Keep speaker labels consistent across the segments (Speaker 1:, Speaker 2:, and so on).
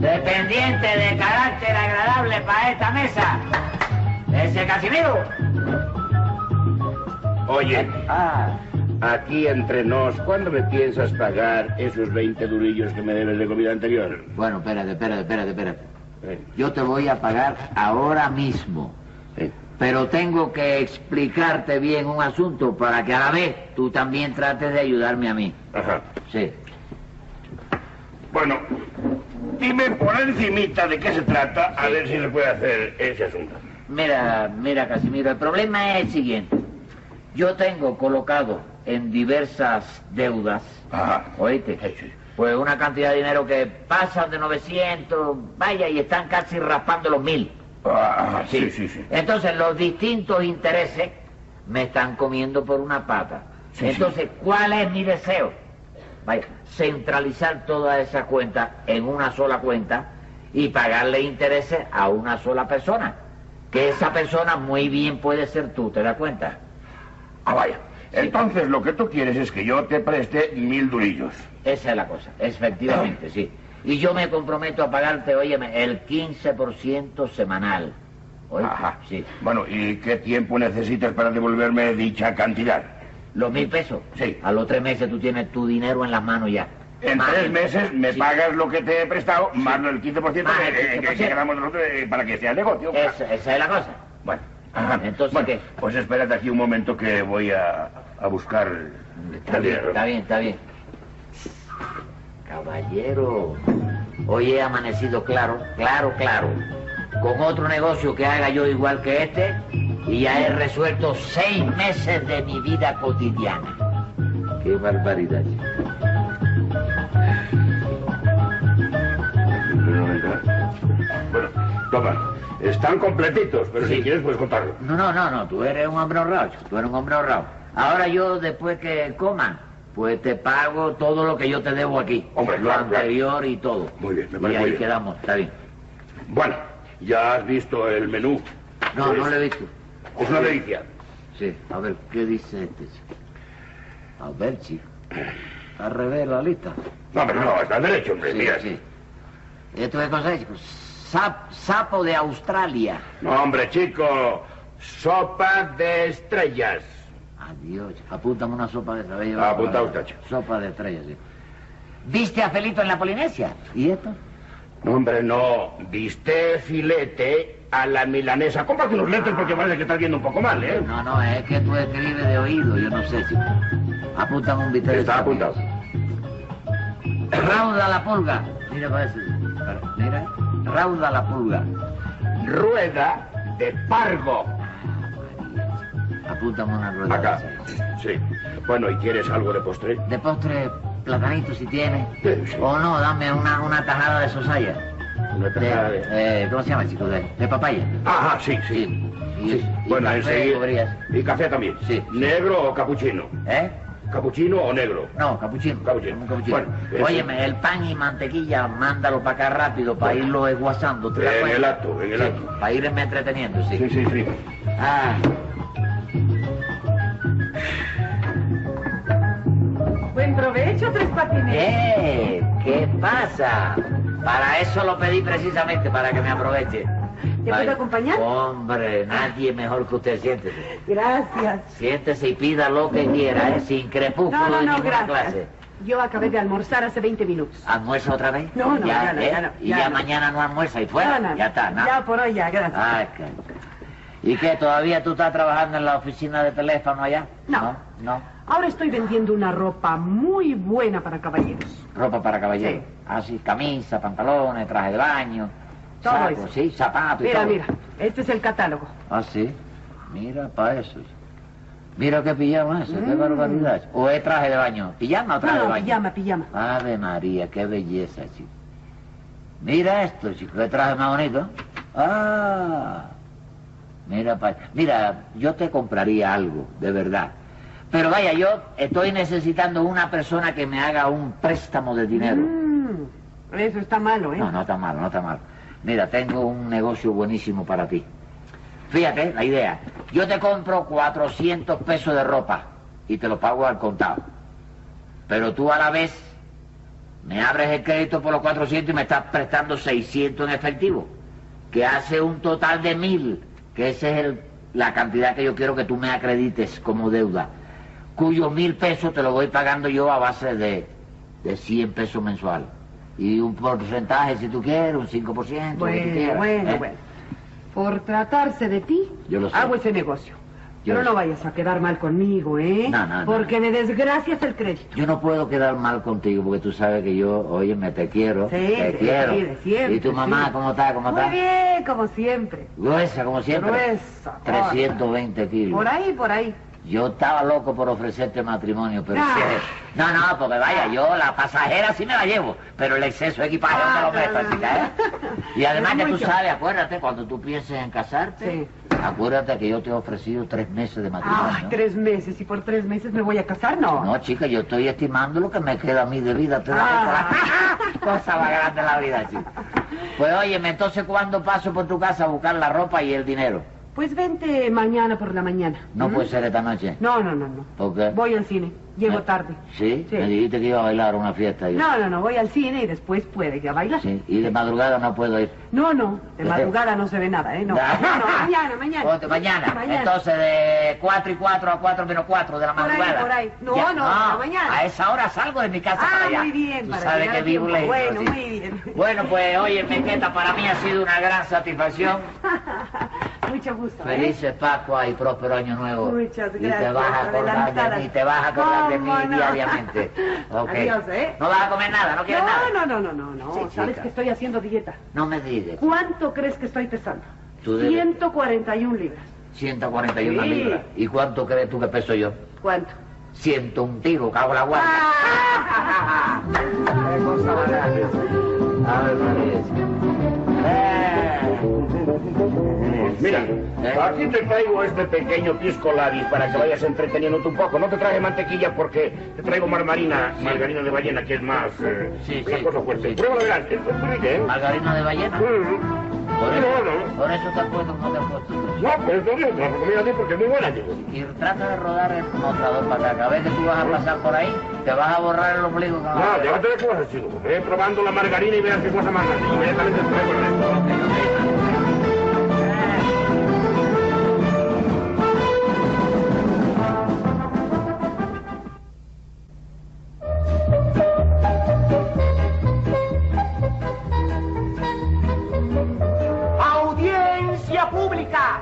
Speaker 1: Dependiente de carácter agradable para esta mesa. Ese Casimiro.
Speaker 2: Oye,
Speaker 1: Ah,
Speaker 2: aquí entre nos, ¿cuándo me piensas pagar esos 20 durillos que me debes de comida anterior?
Speaker 1: bueno, espérate, espérate, espérate, espérate.
Speaker 2: Eh,
Speaker 1: Yo te voy a pagar ahora mismo.
Speaker 2: eh.
Speaker 1: Pero tengo que explicarte bien un asunto para que a la vez tú también trates de ayudarme a mí.
Speaker 2: Ajá.
Speaker 1: Sí.
Speaker 2: Bueno, dime por encimita de qué se trata, a ver si se puede hacer ese asunto.
Speaker 1: Mira, mira, Casimiro, el problema es el siguiente. Yo tengo colocado en diversas deudas,
Speaker 2: Ajá.
Speaker 1: ¿oíste?
Speaker 2: Sí, sí.
Speaker 1: Pues una cantidad de dinero que pasan de 900, vaya, y están casi raspando los mil.
Speaker 2: Ajá, sí, sí, sí.
Speaker 1: Entonces, los distintos intereses me están comiendo por una pata.
Speaker 2: Sí,
Speaker 1: Entonces, ¿cuál es mi deseo? Vaya, centralizar todas esas cuentas en una sola cuenta y pagarle intereses a una sola persona. Que esa persona muy bien puede ser tú, ¿te das cuenta?
Speaker 2: Ah, vaya. Entonces lo que tú quieres es que yo te preste mil durillos.
Speaker 1: Esa es la cosa, efectivamente, sí. Y yo me comprometo a pagarte, óyeme, el 15% semanal. ¿Oíste?
Speaker 2: Ajá.
Speaker 1: Sí.
Speaker 2: Bueno, ¿y qué tiempo necesitas para devolverme dicha cantidad?
Speaker 1: ¿Los mil pesos?
Speaker 2: Sí.
Speaker 1: A los tres meses tú tienes tu dinero en las manos ya.
Speaker 2: En
Speaker 1: Más
Speaker 2: tres
Speaker 1: el-
Speaker 2: meses me
Speaker 1: sí.
Speaker 2: pagas lo que te he prestado, más lo del 15%
Speaker 1: Más
Speaker 2: que,
Speaker 1: el
Speaker 2: eh, que- que
Speaker 1: 15%.
Speaker 2: quedamos nosotros eh, para que sea negocio.
Speaker 1: Esa, esa es la cosa.
Speaker 2: Bueno. Ajá.
Speaker 1: Entonces,
Speaker 2: Bueno,
Speaker 1: ¿qué?
Speaker 2: Pues espérate aquí un momento que voy a, a buscar el
Speaker 1: Está bien,
Speaker 2: dinero.
Speaker 1: está bien, está bien. Caballero, hoy he amanecido claro, claro, claro. Con otro negocio que haga yo igual que este y ya he resuelto seis meses de mi vida cotidiana. Qué barbaridad.
Speaker 2: Bueno, toma. Están completitos, pero si quieres puedes contarlo.
Speaker 1: No, no, no, no, tú eres un hombre honrado, chico, tú eres un hombre honrado. Ahora yo, después que coman, pues te pago todo lo que yo te debo aquí.
Speaker 2: Hombre,
Speaker 1: lo
Speaker 2: claro, claro.
Speaker 1: anterior y todo.
Speaker 2: Muy bien, me
Speaker 1: Y
Speaker 2: parece
Speaker 1: ahí
Speaker 2: muy bien.
Speaker 1: quedamos, está bien.
Speaker 2: Bueno, ya has visto el menú.
Speaker 1: No,
Speaker 2: Es-
Speaker 1: no lo he visto.
Speaker 2: Es una delicia.
Speaker 1: Sí, a ver, ¿qué dice este chico? A ver, chico. Al revés la lista.
Speaker 2: No, pero no, está derecho, hombre.
Speaker 1: Sí,
Speaker 2: Pues mira.
Speaker 1: sí. Esto es cosa, chico. Sap- sapo de Australia.
Speaker 2: No, hombre, chico. Sopa de estrellas.
Speaker 1: Adiós. Apúntame una sopa de estrellas.
Speaker 2: Ah, apunta usted, chico.
Speaker 1: Sopa de estrellas, sí. ¿Viste a Felito en la Polinesia? ¿Y esto?
Speaker 2: No, hombre, no. Viste filete a la milanesa. Cómprate unos lentes porque parece que estás viendo un poco mal, ¿eh?
Speaker 1: No, no, es que tú escribes de oído, yo no sé si. Apúntame un bistec. de
Speaker 2: Está
Speaker 1: salmón.
Speaker 2: apuntado.
Speaker 1: Rauda la pulga. Mira, parece. Mira, rauda la pulga.
Speaker 2: Rueda de pargo.
Speaker 1: Apúntame una rueda.
Speaker 2: Acá.
Speaker 1: de esas.
Speaker 2: Sí. Bueno, ¿y quieres algo de postre?
Speaker 1: De postre, platanito si tienes.
Speaker 2: Sí, sí.
Speaker 1: O no, dame una, una tajada de sosaya.
Speaker 2: Una tajada de...
Speaker 1: eh, ¿Cómo se llama, chico? De, de papaya.
Speaker 2: Ajá, sí, sí.
Speaker 1: ah, Y,
Speaker 2: Sí.
Speaker 1: y
Speaker 2: Bueno,
Speaker 1: café
Speaker 2: enseguida-
Speaker 1: podrías.
Speaker 2: Y café también.
Speaker 1: Sí.
Speaker 2: ¿Negro o capuchino?
Speaker 1: ¿Eh?
Speaker 2: ¿Capuchino o negro?
Speaker 1: No, capuchino.
Speaker 2: Capuchino.
Speaker 1: Un capuchino.
Speaker 2: Bueno, ese-
Speaker 1: Óyeme, el pan y mantequilla, mándalo para acá rápido para
Speaker 2: Bueno.
Speaker 1: irlo esguazando. ¿te das
Speaker 2: En el
Speaker 1: cuenta?
Speaker 2: acto, en el acto.
Speaker 1: Para irme entreteniendo, sí.
Speaker 2: Sí, sí, sí.
Speaker 1: Ah,
Speaker 3: Buen provecho, Tres Patines.
Speaker 1: ¡Eh! ¿Qué pasa? Para eso lo pedí precisamente, para que me aproveche.
Speaker 3: ¿Te
Speaker 1: Ay,
Speaker 3: puedo acompañar?
Speaker 1: Hombre, nadie mejor que usted, siéntese.
Speaker 3: Gracias.
Speaker 1: Siéntese y pida lo que quiera, ¿eh? sin crepúsculo
Speaker 3: No, no,
Speaker 1: de
Speaker 3: no,
Speaker 1: ninguna
Speaker 3: gracias.
Speaker 1: clase. Ah,
Speaker 3: Yo acabé de almorzar hace 20 minutos.
Speaker 1: ¿Almuerza otra vez?
Speaker 3: No,
Speaker 1: ya,
Speaker 3: no, ya no,
Speaker 1: ¿eh?
Speaker 3: ya no,
Speaker 1: Y
Speaker 3: ya
Speaker 1: ya,
Speaker 3: no.
Speaker 1: mañana no almuerza y fuera.
Speaker 3: No, no,
Speaker 1: Ya está, Ah. nada.
Speaker 3: Ya por hoy, ya, gracias.
Speaker 1: Ay, qué- ¿Y qué? ¿Todavía tú estás trabajando en la oficina de teléfono allá?
Speaker 3: No.
Speaker 1: No. no.
Speaker 3: Ahora estoy vendiendo una ropa muy buena para caballeros.
Speaker 1: Ropa para caballeros.
Speaker 3: Sí.
Speaker 1: Así, camisa, pantalones, traje de baño.
Speaker 3: Todo
Speaker 1: saco,
Speaker 3: eso.
Speaker 1: sí, zapatos Ah, y
Speaker 3: Mira,
Speaker 1: todo.
Speaker 3: mira, este es el catálogo.
Speaker 1: Ah, sí. Mira para eso. Mira qué pijama ese, qué
Speaker 3: Mm.
Speaker 1: barbaridad. ¿O es traje de baño? ¿Pijama o traje
Speaker 3: No,
Speaker 1: de
Speaker 3: no,
Speaker 1: baño?
Speaker 3: pijama, pijama.
Speaker 1: Ave María, qué belleza, chico. Mira esto, chico, qué traje más bonito. Ah. Mira, pa- mira, yo te compraría algo, de verdad. Pero vaya, yo estoy necesitando una persona que me haga un préstamo de dinero.
Speaker 3: Mm, eso está malo, ¿eh?
Speaker 1: No, no está mal, no está mal. Mira, tengo un negocio buenísimo para ti. Fíjate, la idea. Yo te compro 400 pesos de ropa y te lo pago al contado. Pero tú a la vez me abres el crédito por los 400 y me estás prestando 600 en efectivo, que hace un total de 1000, que esa es el- la cantidad que yo quiero que tú me acredites como deuda, cuyos 1000 pesos te lo voy pagando yo a base de, de 100 pesos mensual. Y un porcentaje si tú quieres, un 5%. lo que tú
Speaker 3: Bueno,
Speaker 1: quieras,
Speaker 3: bueno,
Speaker 1: ¿eh?
Speaker 3: bueno. Por tratarse de ti,
Speaker 1: Yo lo sé.
Speaker 3: hago ese negocio.
Speaker 1: Yo
Speaker 3: Pero
Speaker 1: lo
Speaker 3: no
Speaker 1: sé.
Speaker 3: vayas a quedar mal conmigo, ¿eh?
Speaker 1: No, no, no.
Speaker 3: Porque me desgracias el crédito.
Speaker 1: Yo no puedo quedar mal contigo porque tú sabes que yo, oye, me te quiero.
Speaker 3: Sí,
Speaker 1: te
Speaker 3: sí,
Speaker 1: quiero.
Speaker 3: sí, de siempre,
Speaker 1: ¿Y tu mamá
Speaker 3: sí.
Speaker 1: cómo está? ¿Cómo
Speaker 3: Muy
Speaker 1: está?
Speaker 3: bien, como siempre.
Speaker 1: Gruesa, como siempre.
Speaker 3: Gruesa, cosa.
Speaker 1: 320 kilos.
Speaker 3: Por ahí, por ahí.
Speaker 1: Yo estaba loco por ofrecerte matrimonio, pero...
Speaker 3: Ah.
Speaker 1: sí- No, no, porque vaya, yo la pasajera sí me la llevo, pero el exceso de equipaje no
Speaker 3: Ah,
Speaker 1: te lo
Speaker 3: no,
Speaker 1: presto,
Speaker 3: no,
Speaker 1: chica, ¿eh?
Speaker 3: no.
Speaker 1: Y además
Speaker 3: Es
Speaker 1: que tú
Speaker 3: mucho.
Speaker 1: sabes, acuérdate, cuando tú pienses en casarte, acuérdate que yo te he ofrecido tres meses de matrimonio.
Speaker 3: Ah, tres meses. ¿Y por tres meses me voy a casar? No.
Speaker 1: No, chica, yo estoy estimando lo que me queda a mí de vida. Te das
Speaker 3: Ah.
Speaker 1: cuenta? Cosa más grande de la vida, chica. Pues óyeme, entonces, ¿cuándo paso por tu casa a buscar la ropa y el dinero?
Speaker 3: Pues vente mañana por la mañana.
Speaker 1: No
Speaker 3: ¿Mm?
Speaker 1: puede ser esta noche.
Speaker 3: No, no, no, no.
Speaker 1: ¿Por qué?
Speaker 3: Voy al cine. Llego
Speaker 1: Eh,
Speaker 3: tarde.
Speaker 1: ¿Sí?
Speaker 3: Sí.
Speaker 1: Me dijiste que iba a bailar a una fiesta. yo.
Speaker 3: No, no, no. Voy al cine y después puede que a bailar.
Speaker 1: Sí, Eh. y de madrugada no puedo ir.
Speaker 3: No, no. De madrugada no se ve nada, ¿eh? No. No, mañana, mañana.
Speaker 1: Ponte, mañana. Entonces, de 4 y 4 a 4 menos 4 de la
Speaker 3: Por ahí,
Speaker 1: madrugada.
Speaker 3: por ahí. No, no, a la mañana.
Speaker 1: A esa hora salgo de mi casa
Speaker 3: Ah,
Speaker 1: para allá.
Speaker 3: muy bien,
Speaker 1: Tú
Speaker 3: para
Speaker 1: sabes
Speaker 3: llegar
Speaker 1: que
Speaker 3: a
Speaker 1: vivo
Speaker 3: tiempo.
Speaker 1: lejos,
Speaker 3: Bueno,
Speaker 1: sí.
Speaker 3: muy bien.
Speaker 1: Bueno, pues, oye, Mequeta, para mí ha sido una gran satisfacción.
Speaker 3: Mucho gusto. ¿eh?
Speaker 1: Felices Pascua y próspero Año Nuevo.
Speaker 3: Muchas
Speaker 1: Y te
Speaker 3: gracias,
Speaker 1: vas a acordar de
Speaker 3: adelantada.
Speaker 1: mí, te vas a acordar de mí
Speaker 3: ¿Cómo no?
Speaker 1: diariamente. Ok.
Speaker 3: Adiós, ¿eh?
Speaker 1: No vas a comer nada, no quieres nada.
Speaker 3: No, no, no, no, no, no.
Speaker 1: Sí,
Speaker 3: Sabes
Speaker 1: chica.
Speaker 3: que estoy haciendo dieta.
Speaker 1: No me digas.
Speaker 3: ¿Cuánto crees que estoy pesando?
Speaker 1: Tú debes-
Speaker 3: 141 libras.
Speaker 1: 141
Speaker 3: Sí.
Speaker 1: libras. ¿Y cuánto crees tú que peso yo?
Speaker 3: ¿Cuánto?
Speaker 1: Siento un tiro, cago en la guardia.
Speaker 3: Ah.
Speaker 1: Qué cosa más grande. A ver, María. Eh.
Speaker 2: Mira,
Speaker 1: Eh.
Speaker 2: aquí te traigo este pequeño pisco lavis para que vayas entreteniéndote un poco. No te traje mantequilla porque te traigo margarina, margarina de ballena, que es más... eh,
Speaker 1: Sí,
Speaker 2: una
Speaker 1: sí,
Speaker 2: cosa fuerte.
Speaker 1: sí.
Speaker 2: Pruébalo, verás, es muy rica, ¿eh?
Speaker 1: Margarina de ballena. Por
Speaker 2: Mm.
Speaker 1: eso,
Speaker 2: No,
Speaker 1: por eso te has puesto como te has puesto.
Speaker 2: no, no, pero es bien, te la recomiendo a ti porque es muy buena, chico.
Speaker 1: Y trata de rodar el mostrador para acá. Cada vez que tú vas a pasar por ahí, te vas a borrar el ombligo con la
Speaker 2: No,
Speaker 1: mano.
Speaker 2: te vas a tener cosas, chico. Ve probando la margarina y veas qué cosa más grande. Inmediatamente te traigo el resto.
Speaker 1: Ok, ok.
Speaker 4: Audiencia pública.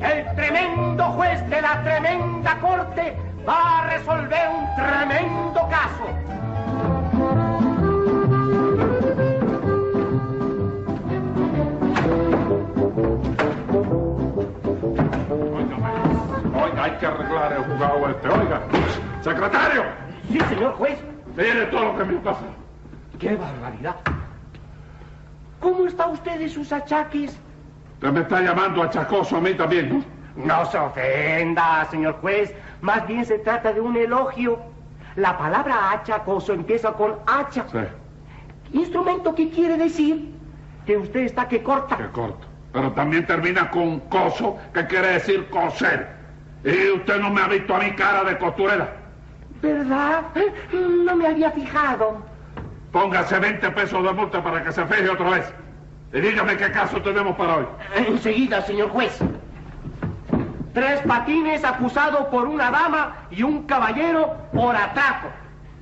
Speaker 4: El tremendo juez de la tremenda corte va a resolver un tremendo caso.
Speaker 5: Oiga, hay que arreglar el juzgado este. Oiga, secretario,
Speaker 4: Sí, señor juez.
Speaker 5: Mire todo lo que me pasa.
Speaker 4: ¡Qué barbaridad! ¿Cómo está usted de sus achaques?
Speaker 5: Usted me está llamando achacoso a mí también, ¿no?
Speaker 4: No se ofenda, señor juez. Más bien se trata de un elogio. La palabra achacoso empieza con hacha.
Speaker 5: Sí,
Speaker 4: Instrumento que quiere decir que usted está que corta.
Speaker 5: qué corto. Pero también termina con coso, que quiere decir coser. Y usted no me ha visto a mi cara de costurera.
Speaker 4: ¿Verdad? No me había fijado.
Speaker 5: Póngase 20 pesos de multa para que se fije otra vez. Y dígame qué caso tenemos para hoy.
Speaker 4: Enseguida, señor juez. Tres patines acusado por una dama y un caballero por atraco.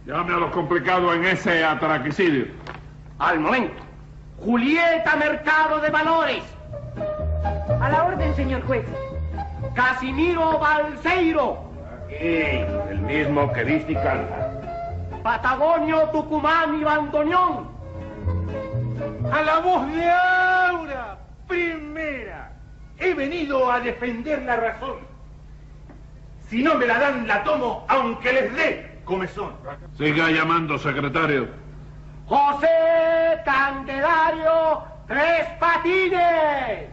Speaker 5: Llame a los complicados en ese atraquicidio.
Speaker 4: Al momento. Julieta Mercado de Valores.
Speaker 3: A la orden, señor juez.
Speaker 4: Casimiro Balseiro.
Speaker 2: Aquí, el mismo que viste y canta.
Speaker 4: Patagonio Tucumán y Bandoneón.
Speaker 6: A la voz de Aura, primera, he venido a defender la razón. Si no me la dan, la tomo, aunque les dé comezón.
Speaker 5: Siga llamando, secretario.
Speaker 4: José Candelario Tres Patines.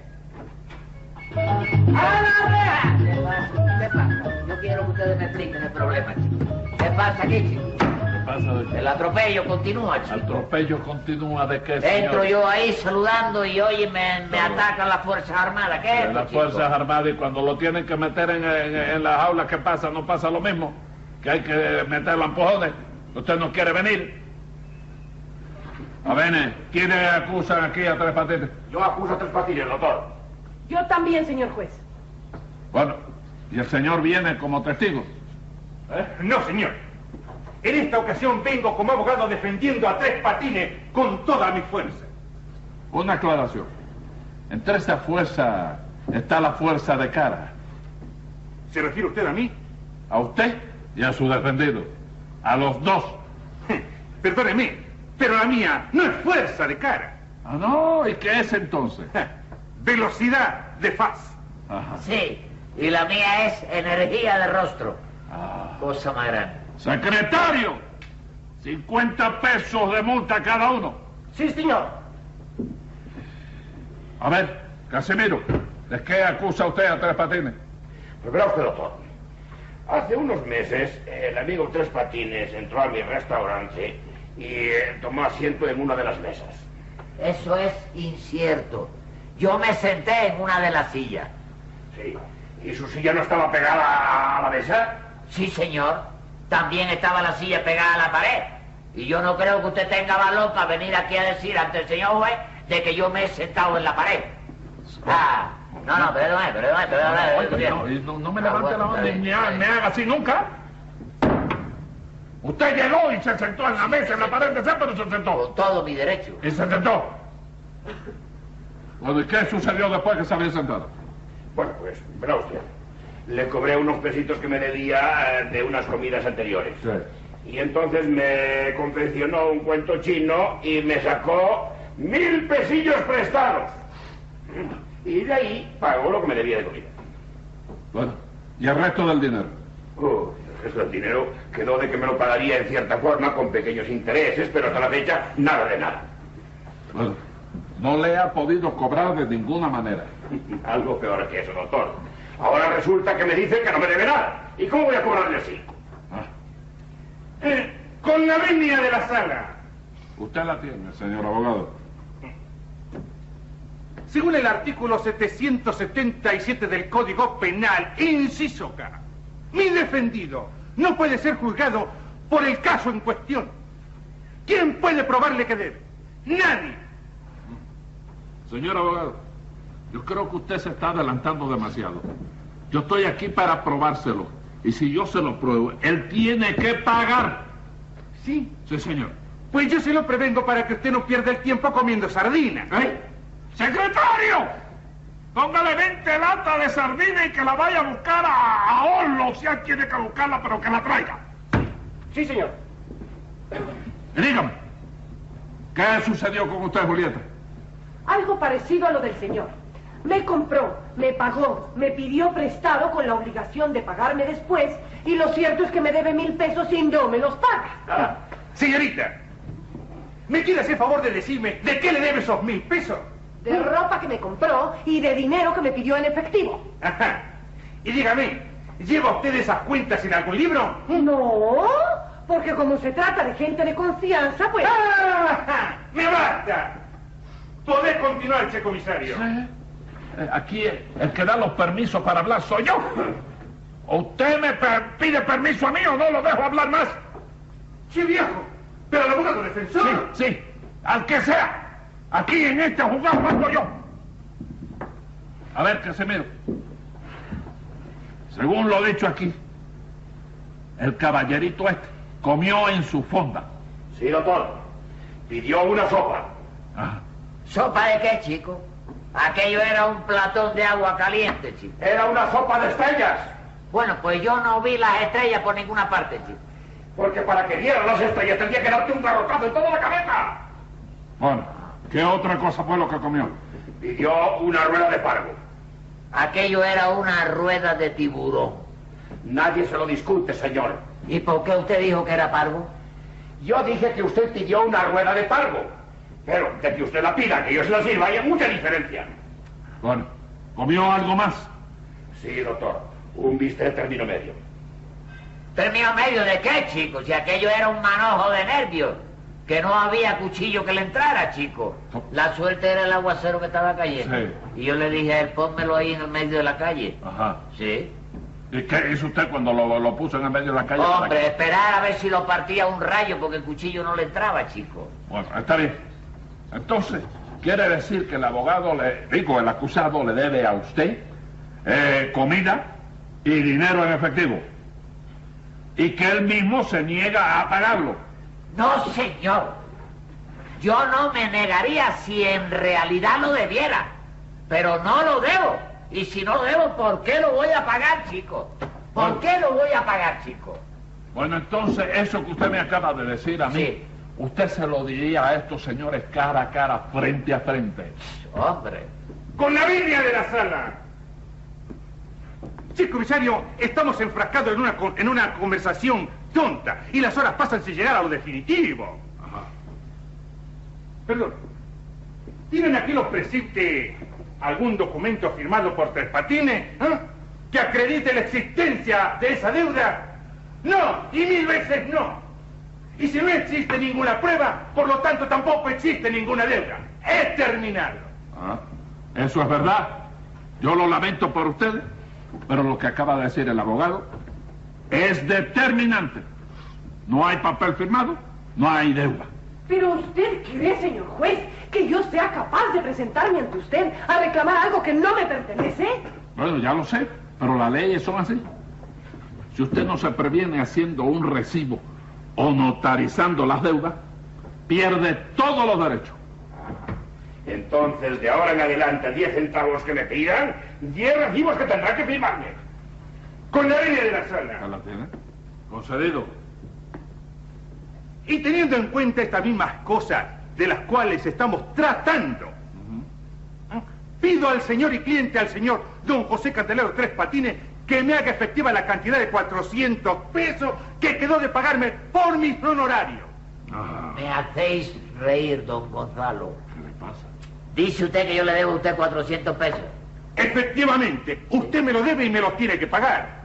Speaker 3: Ah,
Speaker 4: ¡A la reja!
Speaker 1: ¿Qué pasa? ¿Qué pasa? Yo quiero que ustedes me expliquen el problema, chico. ¿Qué pasa aquí, chico?
Speaker 5: ¿Qué pasa de
Speaker 1: El atropello continúa, chico.
Speaker 5: atropello continúa de qué,
Speaker 1: Entro yo ahí saludando y oye, me, me atacan las Fuerzas Armadas. ¿Qué es
Speaker 5: De
Speaker 1: esto,
Speaker 5: las
Speaker 1: chico?
Speaker 5: Fuerzas Armadas y cuando lo tienen que meter en, en, en las aulas, ¿qué pasa? ¿No pasa lo mismo? Que hay que meterlo a empujones. Usted no quiere venir. A ver, ¿quiénes acusan aquí a Tres Patines?
Speaker 2: Yo acuso a tres patines, doctor.
Speaker 3: Yo también, señor juez.
Speaker 5: Bueno, y el señor viene como testigo.
Speaker 6: ¿Eh? No, señor. En esta ocasión vengo como abogado defendiendo a Tres Patines con toda mi fuerza.
Speaker 5: Una aclaración. Entre esa fuerza está la fuerza de cara.
Speaker 6: ¿Se refiere usted a mí?
Speaker 5: A usted y a su defendido. A los dos.
Speaker 6: Perdóneme, pero la mía no es fuerza de cara,
Speaker 5: Ah, no, ¿y qué es entonces?
Speaker 6: velocidad de faz.
Speaker 5: Ajá.
Speaker 1: Sí, y la mía es energía de rostro.
Speaker 5: Ah.
Speaker 1: Cosa más grande.
Speaker 5: Secretario, 50 pesos de multa cada uno.
Speaker 4: Sí, señor.
Speaker 5: A ver, Casimiro, ¿de qué acusa usted a Tres Patines?
Speaker 2: Pues verá usted, doctor. Hace unos meses, eh, el amigo Tres Patines entró a mi restaurante y eh, tomó asiento en una de las mesas.
Speaker 1: Eso es incierto. Yo me senté en una de las sillas.
Speaker 2: Sí. ¿Y su silla no estaba pegada a la mesa?
Speaker 1: Sí, señor. También estaba la silla pegada a la pared. Y yo no creo que usted tenga valor para venir aquí a decir ante el señor juez de que yo me he sentado en la pared. Ah, no, no, perdóname, perdóname, perdóname.
Speaker 5: Oye, no, y no- no me
Speaker 1: Ah,
Speaker 5: levante
Speaker 1: bueno,
Speaker 5: la mano
Speaker 1: está bien,
Speaker 5: ni me
Speaker 1: está
Speaker 5: haga,
Speaker 1: bien.
Speaker 5: me haga así nunca. Usted llegó y se sentó en la mesa, en la pared de ser, pero se sentó.
Speaker 1: Con todo mi derecho.
Speaker 5: Y se sentó. Bueno, ¿y qué sucedió después que se había sentado?
Speaker 2: Bueno, pues, verá usted. Le cobré unos pesitos que me debía eh, de unas comidas anteriores. Y entonces me confeccionó un cuento chino y me sacó mil pesillos prestados. Y de ahí pagó lo que me debía de comida.
Speaker 5: Bueno, ¿y el resto del dinero?
Speaker 2: Oh, el resto del dinero quedó de que me lo pagaría en cierta forma con pequeños intereses, pero hasta la fecha nada de nada.
Speaker 5: Bueno, no le ha podido cobrar de ninguna manera.
Speaker 2: Algo peor que eso, doctor. Ahora resulta que me dice que no me debe nada. ¿Y cómo voy a cobrarle así?
Speaker 5: Ah,
Speaker 6: Eh, con la venia de la sala.
Speaker 5: usted la tiene, señor abogado.
Speaker 6: Según el artículo 777 del Código Penal, inciso K, mi defendido no puede ser juzgado por el caso en cuestión. ¿Quién puede probarle que debe? Nadie.
Speaker 5: Señor abogado, yo creo que usted se está adelantando demasiado. Yo estoy aquí para probárselo. Y si yo se lo pruebo, él tiene que pagar.
Speaker 6: Sí,
Speaker 5: Sí, señor.
Speaker 6: pues yo se lo prevengo para que usted no pierda el tiempo comiendo sardinas.
Speaker 5: ¿Eh? ¡Secretario! Póngale 20 latas de sardina y que la vaya a buscar a, a Orlo, si él tiene que buscarla, pero que la traiga.
Speaker 4: Sí, señor.
Speaker 5: Y dígame, ¿qué sucedió con usted, Julieta?
Speaker 3: Algo parecido a lo del señor. Me compró, me pagó, me pidió prestado con la obligación de pagarme después y lo cierto es que me debe mil pesos y no me los paga.
Speaker 2: Ah, Señorita, ¿me quiere hacer favor de decirme de qué le debe esos mil pesos?
Speaker 3: De ropa que me compró y de dinero que me pidió en efectivo.
Speaker 2: Ajá. Y dígame, ¿lleva usted esas cuentas en algún libro?
Speaker 3: No, porque como se trata de gente de confianza, pues...
Speaker 2: ¡Ah! ¡Me basta! Podés continuar, che comisario.
Speaker 5: Eh, Aquí el que da los permisos para hablar soy yo. ¿O ¿Usted me per- pide permiso a mí o no lo dejo hablar más?
Speaker 2: Che viejo, pero el abogado
Speaker 5: Sí,
Speaker 2: defensor.
Speaker 5: sí, al que sea. Aquí en este juzgado mando yo. A ver, Casemiro. Según lo dicho aquí, el caballerito este comió en su fonda.
Speaker 7: Sí, doctor. Pidió una sopa.
Speaker 5: Ajá.
Speaker 1: ¿Sopa de qué, chico? Aquello era un platón de agua caliente, chico.
Speaker 7: Era una sopa de estrellas.
Speaker 1: Bueno, pues yo no vi las estrellas por ninguna parte, chico.
Speaker 7: Porque para que vieran las estrellas tendría que darte un garrotazo en toda la cabeza.
Speaker 5: Bueno, ¿qué otra cosa fue lo que comió?
Speaker 7: Pidió una rueda de pargo.
Speaker 1: Aquello era una rueda de tiburón.
Speaker 7: Nadie se lo discute, señor.
Speaker 1: ¿Y por qué usted dijo que era parvo?
Speaker 7: Yo dije que usted pidió una rueda de pargo. Pero de que usted la pida, que yo se la sirva, hay mucha diferencia.
Speaker 5: Bueno, ¿comió algo más?
Speaker 7: Sí, doctor. Un bistec término medio.
Speaker 1: ¿Término medio de qué, chico? Si aquello era un manojo de nervios. Que no había cuchillo que le entrara, chico. La suerte era el aguacero que estaba cayendo.
Speaker 5: Sí.
Speaker 1: Y yo le dije a él, pónmelo ahí en el medio de la calle.
Speaker 5: Ajá.
Speaker 1: Sí.
Speaker 5: ¿Y qué hizo usted cuando lo, lo puso en el medio de la calle? para
Speaker 1: Hombre, esperar a ver si lo partía un rayo porque el cuchillo no le entraba, chico.
Speaker 5: Bueno, está bien. Entonces, quiere decir que el abogado, le, digo, el acusado le debe a usted eh, comida y dinero en efectivo. Y que él mismo se niega a pagarlo.
Speaker 1: No, señor. Yo no me negaría si en realidad lo debiera. Pero no lo debo. Y si no debo, ¿por qué lo voy a pagar, chico? ¿Por qué lo voy a pagar, chico?
Speaker 5: Bueno, entonces, eso que usted me acaba de decir a mí,
Speaker 1: Sí.
Speaker 5: usted se lo diría a estos señores cara a cara, frente a frente.
Speaker 1: Hombre.
Speaker 2: Con la Biblia de la sala. Che comisario, estamos enfrascados en una, con- en una conversación tonta y las horas pasan sin llegar a lo definitivo. Perdón. ¿Tienen aquí los presentes algún documento firmado por Tres Patines ¿eh? que acredite la existencia de esa deuda? No, y mil veces no. Y si no existe ninguna prueba, por lo tanto tampoco existe ninguna deuda. Es terminado.
Speaker 5: Ah, Eso es verdad. Yo lo lamento por ustedes, pero lo que acaba de decir el abogado es determinante. No hay papel firmado, no hay deuda.
Speaker 3: Pero usted cree, señor juez, que yo sea capaz de presentarme ante usted a reclamar algo que no me pertenece?
Speaker 5: Bueno, ya lo sé, pero las leyes son así. Si usted no se previene haciendo un recibo o notarizando las deudas, pierde todos los derechos.
Speaker 7: Entonces, de ahora en adelante, 10 centavos que me pidan, 10 recibos que tendrá que firmarme.
Speaker 2: Con la ley de la sala.
Speaker 5: ¿Ya la tiene? Concedido.
Speaker 2: Y teniendo en cuenta estas mismas cosas de las cuales estamos tratando, ¿eh? pido al señor y cliente, al señor don José Candelero Tres Patines, que me haga efectiva la cantidad de 400 pesos que quedó de pagarme por mis honorarios.
Speaker 1: Me hacéis reír, don Gonzalo.
Speaker 5: ¿Qué le pasa?
Speaker 1: Dice usted que yo le debo a usted 400 pesos.
Speaker 2: Efectivamente, usted me lo debe y me los tiene que pagar.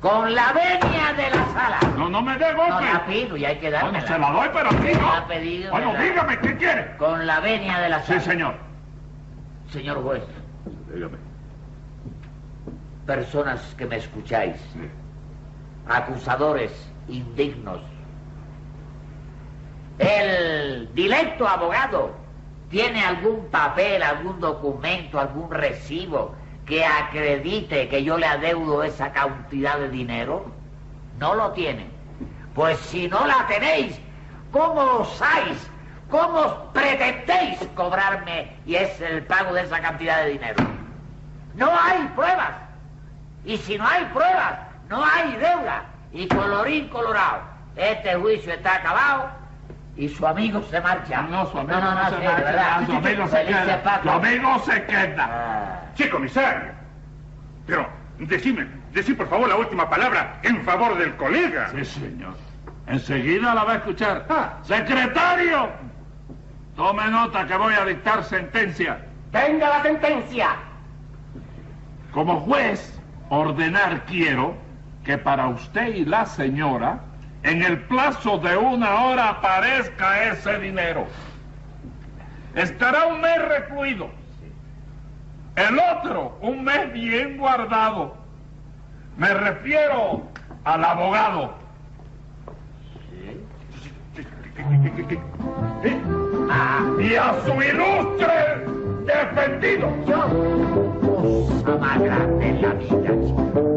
Speaker 1: Con la venia de la sala.
Speaker 5: No, no me dé
Speaker 1: No
Speaker 5: golpe.
Speaker 1: la pido y hay que
Speaker 5: Bueno, se
Speaker 1: dármela.
Speaker 5: la doy, pero aquí
Speaker 1: Me ha
Speaker 5: no.
Speaker 1: pedido,
Speaker 5: Bueno,
Speaker 1: me la-
Speaker 5: dígame, ¿qué quiere?
Speaker 1: Con la venia de la
Speaker 5: Sí,
Speaker 1: sala.
Speaker 5: señor.
Speaker 1: Señor juez,
Speaker 5: Dígame.
Speaker 1: personas que me escucháis,
Speaker 5: Sí.
Speaker 1: acusadores indignos. El directo abogado tiene algún papel, algún documento, algún recibo que acredite que yo le adeudo esa cantidad de dinero. No lo tiene. Pues si no la tenéis, ¿cómo osáis? ¿Cómo pretendéis cobrarme y es el pago de esa cantidad de dinero? No hay pruebas. Y si no hay pruebas, no hay deuda. Y colorín colorado, este juicio está acabado y su amigo se marcha.
Speaker 5: Ah, No, su amigo
Speaker 1: no, no,
Speaker 5: no
Speaker 1: sí,
Speaker 5: se
Speaker 1: de
Speaker 5: marcha,
Speaker 1: verdad.
Speaker 5: no, su amigo se
Speaker 1: Felices
Speaker 5: queda. Su
Speaker 1: Pascuas.
Speaker 5: amigo se queda.
Speaker 1: Ah,
Speaker 2: Che, comisario. Pero, decime, decí por favor la última palabra en favor del colega.
Speaker 5: Sí, señor. Enseguida la va a escuchar.
Speaker 6: Ah.
Speaker 5: ¡Secretario! Tome nota que voy a dictar sentencia.
Speaker 4: Venga la sentencia.
Speaker 5: Como juez, ordenar quiero que para usted y la señora, en el plazo de una hora aparezca ese dinero. Estará un mes recluido. El otro, un mes bien guardado. Me refiero al abogado. Y a su ilustre defendido.
Speaker 1: Yo, cosa más grande en la vida, chico.